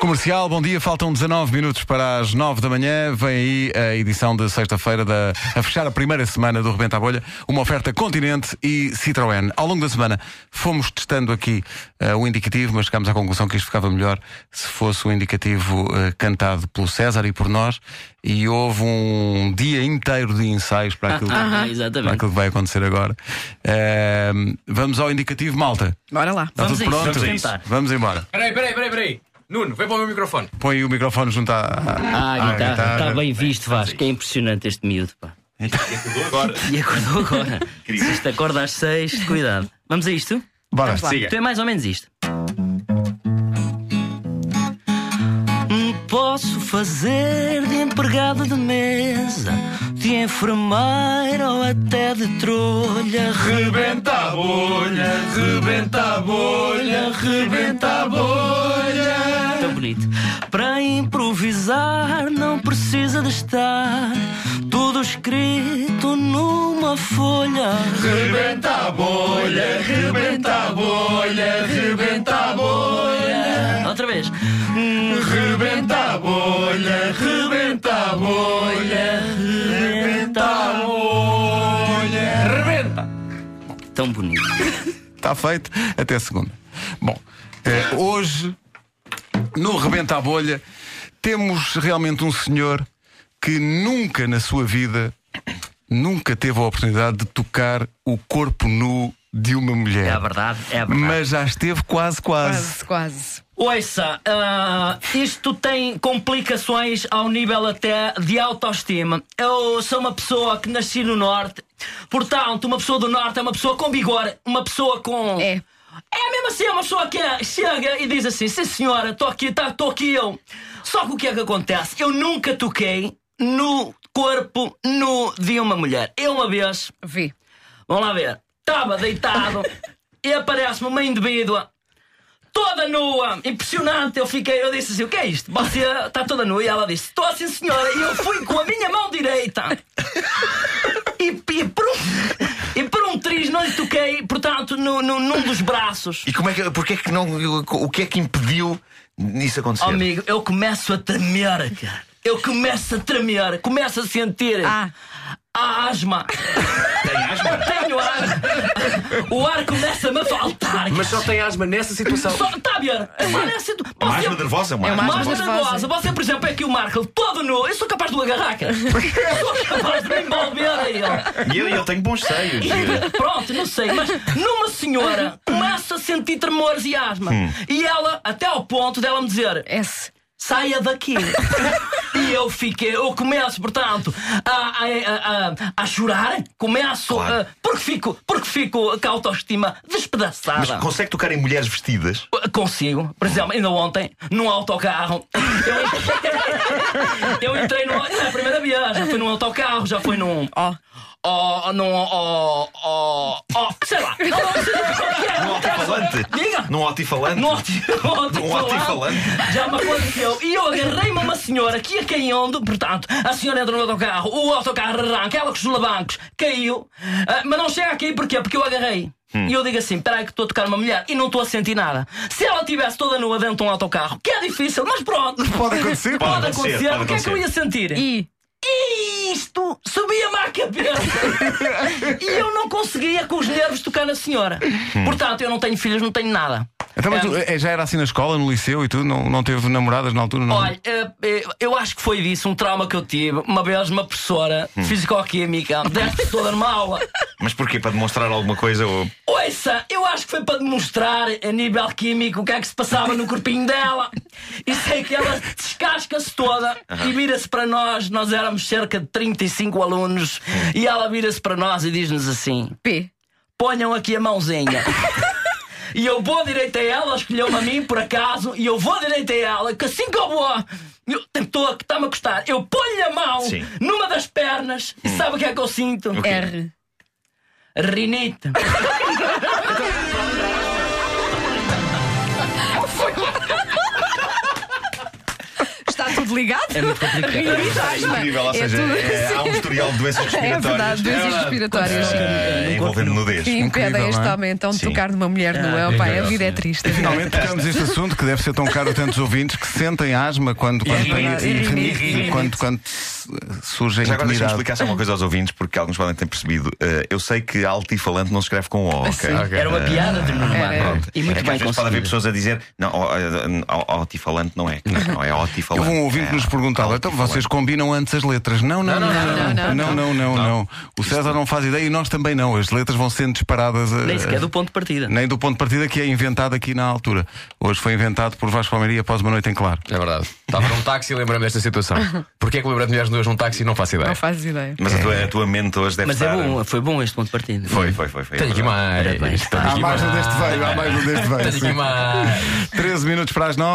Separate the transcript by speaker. Speaker 1: Comercial, bom dia. Faltam 19 minutos para as 9 da manhã. Vem aí a edição de sexta-feira da, a fechar a primeira semana do Rebenta à Bolha. Uma oferta Continente e Citroën. Ao longo da semana fomos testando aqui eh, o indicativo, mas chegámos à conclusão que isto ficava melhor se fosse o indicativo eh, cantado pelo César e por nós. E houve um dia inteiro de ensaios para aquilo, que-
Speaker 2: Aham.
Speaker 1: para
Speaker 3: Exatamente.
Speaker 1: aquilo que vai acontecer agora. Ehm, vamos ao indicativo, malta.
Speaker 2: Bora lá.
Speaker 1: Está
Speaker 3: Vamos
Speaker 1: tudo
Speaker 3: a isso,
Speaker 1: pronto?
Speaker 3: vamos a isso.
Speaker 1: Vamos embora.
Speaker 4: Peraí, peraí, peraí, peraí. Nuno, vem para o meu microfone.
Speaker 1: Põe o microfone junto à, à-
Speaker 3: Ah, a
Speaker 1: à
Speaker 3: guitarra. Está bem visto, Vasco. É impressionante este miúdo, pá. E acordou agora. Se isto acorda às seis, cuidado. Vamos a isto?
Speaker 1: Bora,
Speaker 2: Vamos lá.
Speaker 4: siga.
Speaker 3: Então é mais ou menos isto. Posso fazer de empregado de mesa, de enfermeira ou até de trolha.
Speaker 4: Rebenta a bolha, rebenta a bolha, rebenta a bolha.
Speaker 3: Tão Tá bonito. Para improvisar não precisa de estar tudo escrito numa folha.
Speaker 4: Rebenta a bolha, rebenta a bolha, rebenta a bolha.
Speaker 3: Outra vez.
Speaker 4: Rebenta a bolha, rebenta a bolha, rebenta a bolha. Rebenta.
Speaker 3: Tão bonito.
Speaker 1: Está tá feito. Até segunda. Bom, eh, hoje, no Rebenta a Bolha, temos realmente um senhor que nunca na sua vida, nunca teve a oportunidade de tocar o corpo nu de uma
Speaker 3: É a
Speaker 1: mulher.
Speaker 3: verdade, é a verdade.
Speaker 1: Mas já esteve quase, quase.
Speaker 2: Quase, quase.
Speaker 3: Ouça, ah, isto tem complicações ao nível até de autoestima. Eu sou uma pessoa que nasci no Norte, portanto, uma pessoa do Norte é uma pessoa com vigor, uma pessoa com.
Speaker 2: É.
Speaker 3: É mesmo assim, é uma pessoa que é- chega e diz assim: sim senhora, estou aqui, estou aqui eu. Só que o que é que acontece? Eu nunca toquei no corpo nu de uma mulher. Eu uma vez.
Speaker 2: Vi.
Speaker 3: Vamos lá ver. Estava deitado e aparece-me uma indivídua toda nua. Impressionante. Eu fiquei, eu disse assim: o que é isto? Você está toda nua? E ela disse: estou assim, senhora. E eu fui com a minha mão direita. E, e por um, e por um triz não lhe toquei, portanto, no, no- num dos braços.
Speaker 5: E como é que, porque é que não, o que é que impediu isso acontecer?
Speaker 3: Oh, amigo, eu começo a tremer, cara. Eu começo a tremer, começo a sentir
Speaker 2: Ah.
Speaker 3: a asma. Tenho asma? O ar começa-me a faltar.
Speaker 4: Mas só tem asma nessa situação.
Speaker 3: Só, tá a ver? É só nesse-
Speaker 5: uma
Speaker 3: Você-
Speaker 5: asma nervosa, uma
Speaker 2: É uma
Speaker 5: asma
Speaker 2: asma
Speaker 3: mais
Speaker 2: nervosa.
Speaker 3: nervosa. Você, por exemplo, é aqui o Marco, todo nu. Eu sou capaz de o agarrar, cara. Eu sou capaz de me envolver a ele.
Speaker 5: E eu, eu tenho bons seios.
Speaker 3: Pronto, não sei, mas numa senhora começa a sentir tremores e asma.
Speaker 5: Hum.
Speaker 3: E ela, até ao ponto dela me dizer:
Speaker 2: S.
Speaker 3: saia daqui. e eu fiquei, eu começo, portanto, a, a, a, a- a chorar, começo,
Speaker 5: Claro.
Speaker 3: a- porque fico, porque fico com a autoestima
Speaker 5: Mas
Speaker 3: despedaçada.
Speaker 5: consegue tocar em mulheres vestidas?
Speaker 3: Uh, Consigo, por exemplo, ainda ontem, num autocarro, eu, eu entrei no. Não é a primeira vez, já fui num autocarro, já fui num.
Speaker 2: Ó.
Speaker 3: Ó, num. Ó, ó, ó, sei lá. Não, não sei o que é.
Speaker 5: Num altifalante?
Speaker 3: Diga.
Speaker 5: Num altifalante?
Speaker 3: Num alti-
Speaker 5: Num altifalante.
Speaker 3: Já me aconteceu. E eu agarrei-me a uma senhora que ia caindo, portanto, a senhora entra no autocarro, o autocarro arranca, ela com os lavancos, caiu, ah, mas não chega a cair porquê? Porque eu agarrei. E eu digo assim: peraí, que estou a tocar uma mulher e não estou a sentir nada. Se ela estivesse toda nua dentro de um autocarro, que é difícil, mas pronto.
Speaker 1: Pode acontecer.
Speaker 5: Pode
Speaker 3: Pode
Speaker 5: acontecer,
Speaker 3: acontecer,
Speaker 5: pode
Speaker 3: o que é que eu ia sentir?
Speaker 2: I.
Speaker 3: isto subia-me à cabeça e eu não conseguia com os nervos tocar na senhora. Portanto, eu não tenho filhos, não tenho nada.
Speaker 1: Então, mas
Speaker 3: É.
Speaker 1: tu, eh, já era assim na escola, no liceu e tudo? Não, não teve namoradas na altura? Não?
Speaker 3: Olha, eh, eh, eu acho que foi disso um trauma que eu tive. Uma vez, uma professora físico-química deste toda numa aula.
Speaker 5: Mas porquê? Para demonstrar alguma coisa? Ou...
Speaker 3: Ouça, eu acho que foi para demonstrar a nível químico o que é que se passava no corpinho dela. E sei que ela descasca-se toda e vira-se para nós. Nós éramos cerca de 35 alunos. E ela vira-se para nós e diz-nos assim:
Speaker 2: P.
Speaker 3: ponham aqui a mãozinha. e eu vou direito a ela, escolheu-me a mim por acaso, e eu vou direito a ela, que assim que eu vou, eu estou a está-me a custar, eu ponho-lhe a mão
Speaker 5: Sim. Hum.
Speaker 3: numa das pernas e sabe o que é que eu sinto?
Speaker 5: quê?
Speaker 2: R.
Speaker 3: Rinite.
Speaker 2: Está tudo tudo ligado.
Speaker 3: É muito complicado.
Speaker 2: Rinoritagem.
Speaker 5: Incrível, ou
Speaker 2: É
Speaker 5: seja,
Speaker 2: tudo-
Speaker 5: é- há um historial de doenças
Speaker 2: É
Speaker 5: respiratórias.
Speaker 2: verdade, doenças respiratórias. sim.
Speaker 5: eh, envolvendo nudez.
Speaker 2: Que impedem
Speaker 1: Incrível,
Speaker 2: este
Speaker 1: não é?
Speaker 2: homem então de
Speaker 5: Sim.
Speaker 2: tocar numa mulher nua.
Speaker 3: Ah,
Speaker 2: Opa, a
Speaker 3: incrível,
Speaker 2: vida é
Speaker 3: sim.
Speaker 2: triste.
Speaker 1: Finalmente tocamos este assunto que deve ser tão caro a tantos ouvintes que sentem asma quando, quando,
Speaker 3: rinite,
Speaker 1: têm-
Speaker 3: e
Speaker 1: rinite,
Speaker 2: rinite.
Speaker 1: quando, quando se- surge a
Speaker 5: Já agora deixa-me
Speaker 1: intimidade.
Speaker 5: explicar só uma coisa aos ouvintes, porque alguns podem ter percebido. Eh, eu sei que altifalante não se escreve com O, ok?
Speaker 2: Sim.
Speaker 3: Era uma piada de Nuno
Speaker 2: Era, era.
Speaker 3: Marco. E muito
Speaker 5: é que
Speaker 3: bem
Speaker 5: às vezes pode
Speaker 3: conseguido.
Speaker 5: haver pessoas a dizer não, ó, ó, ó, altifalante não é. Não, não é altifalante.
Speaker 1: Houve um ouvinte que nos perguntava, então vocês combinam antes as letras? Não, não, não, não, não, não, não, não. O César não faz ideia e nós também não. As letras vão sendo disparadas. eh,
Speaker 3: Nem sequer do ponto de partida.
Speaker 1: nem do ponto de partida que é inventado aqui na altura. Hoje foi inventado por Vasco Palmeirinho após uma noite em claro.
Speaker 6: É verdade. Estava num táxi e lembrei-me desta situação. Porquê é que lembrei-me de mulheres nuas num táxi? Não faço ideia.
Speaker 2: Não fazes ideia.
Speaker 5: Mas a tua, a tua mente hoje deve
Speaker 3: É. Mas é
Speaker 5: estar.
Speaker 3: bom, foi bom este ponto de partida.
Speaker 5: Foi, foi, foi. foi é
Speaker 6: Tenho aqui
Speaker 5: verdade.
Speaker 6: mais.
Speaker 3: Parabéns.
Speaker 6: Tenho aqui mais.
Speaker 1: veio, há mais um deste
Speaker 6: Tenho aqui mais.
Speaker 1: 13 minutos para as 9.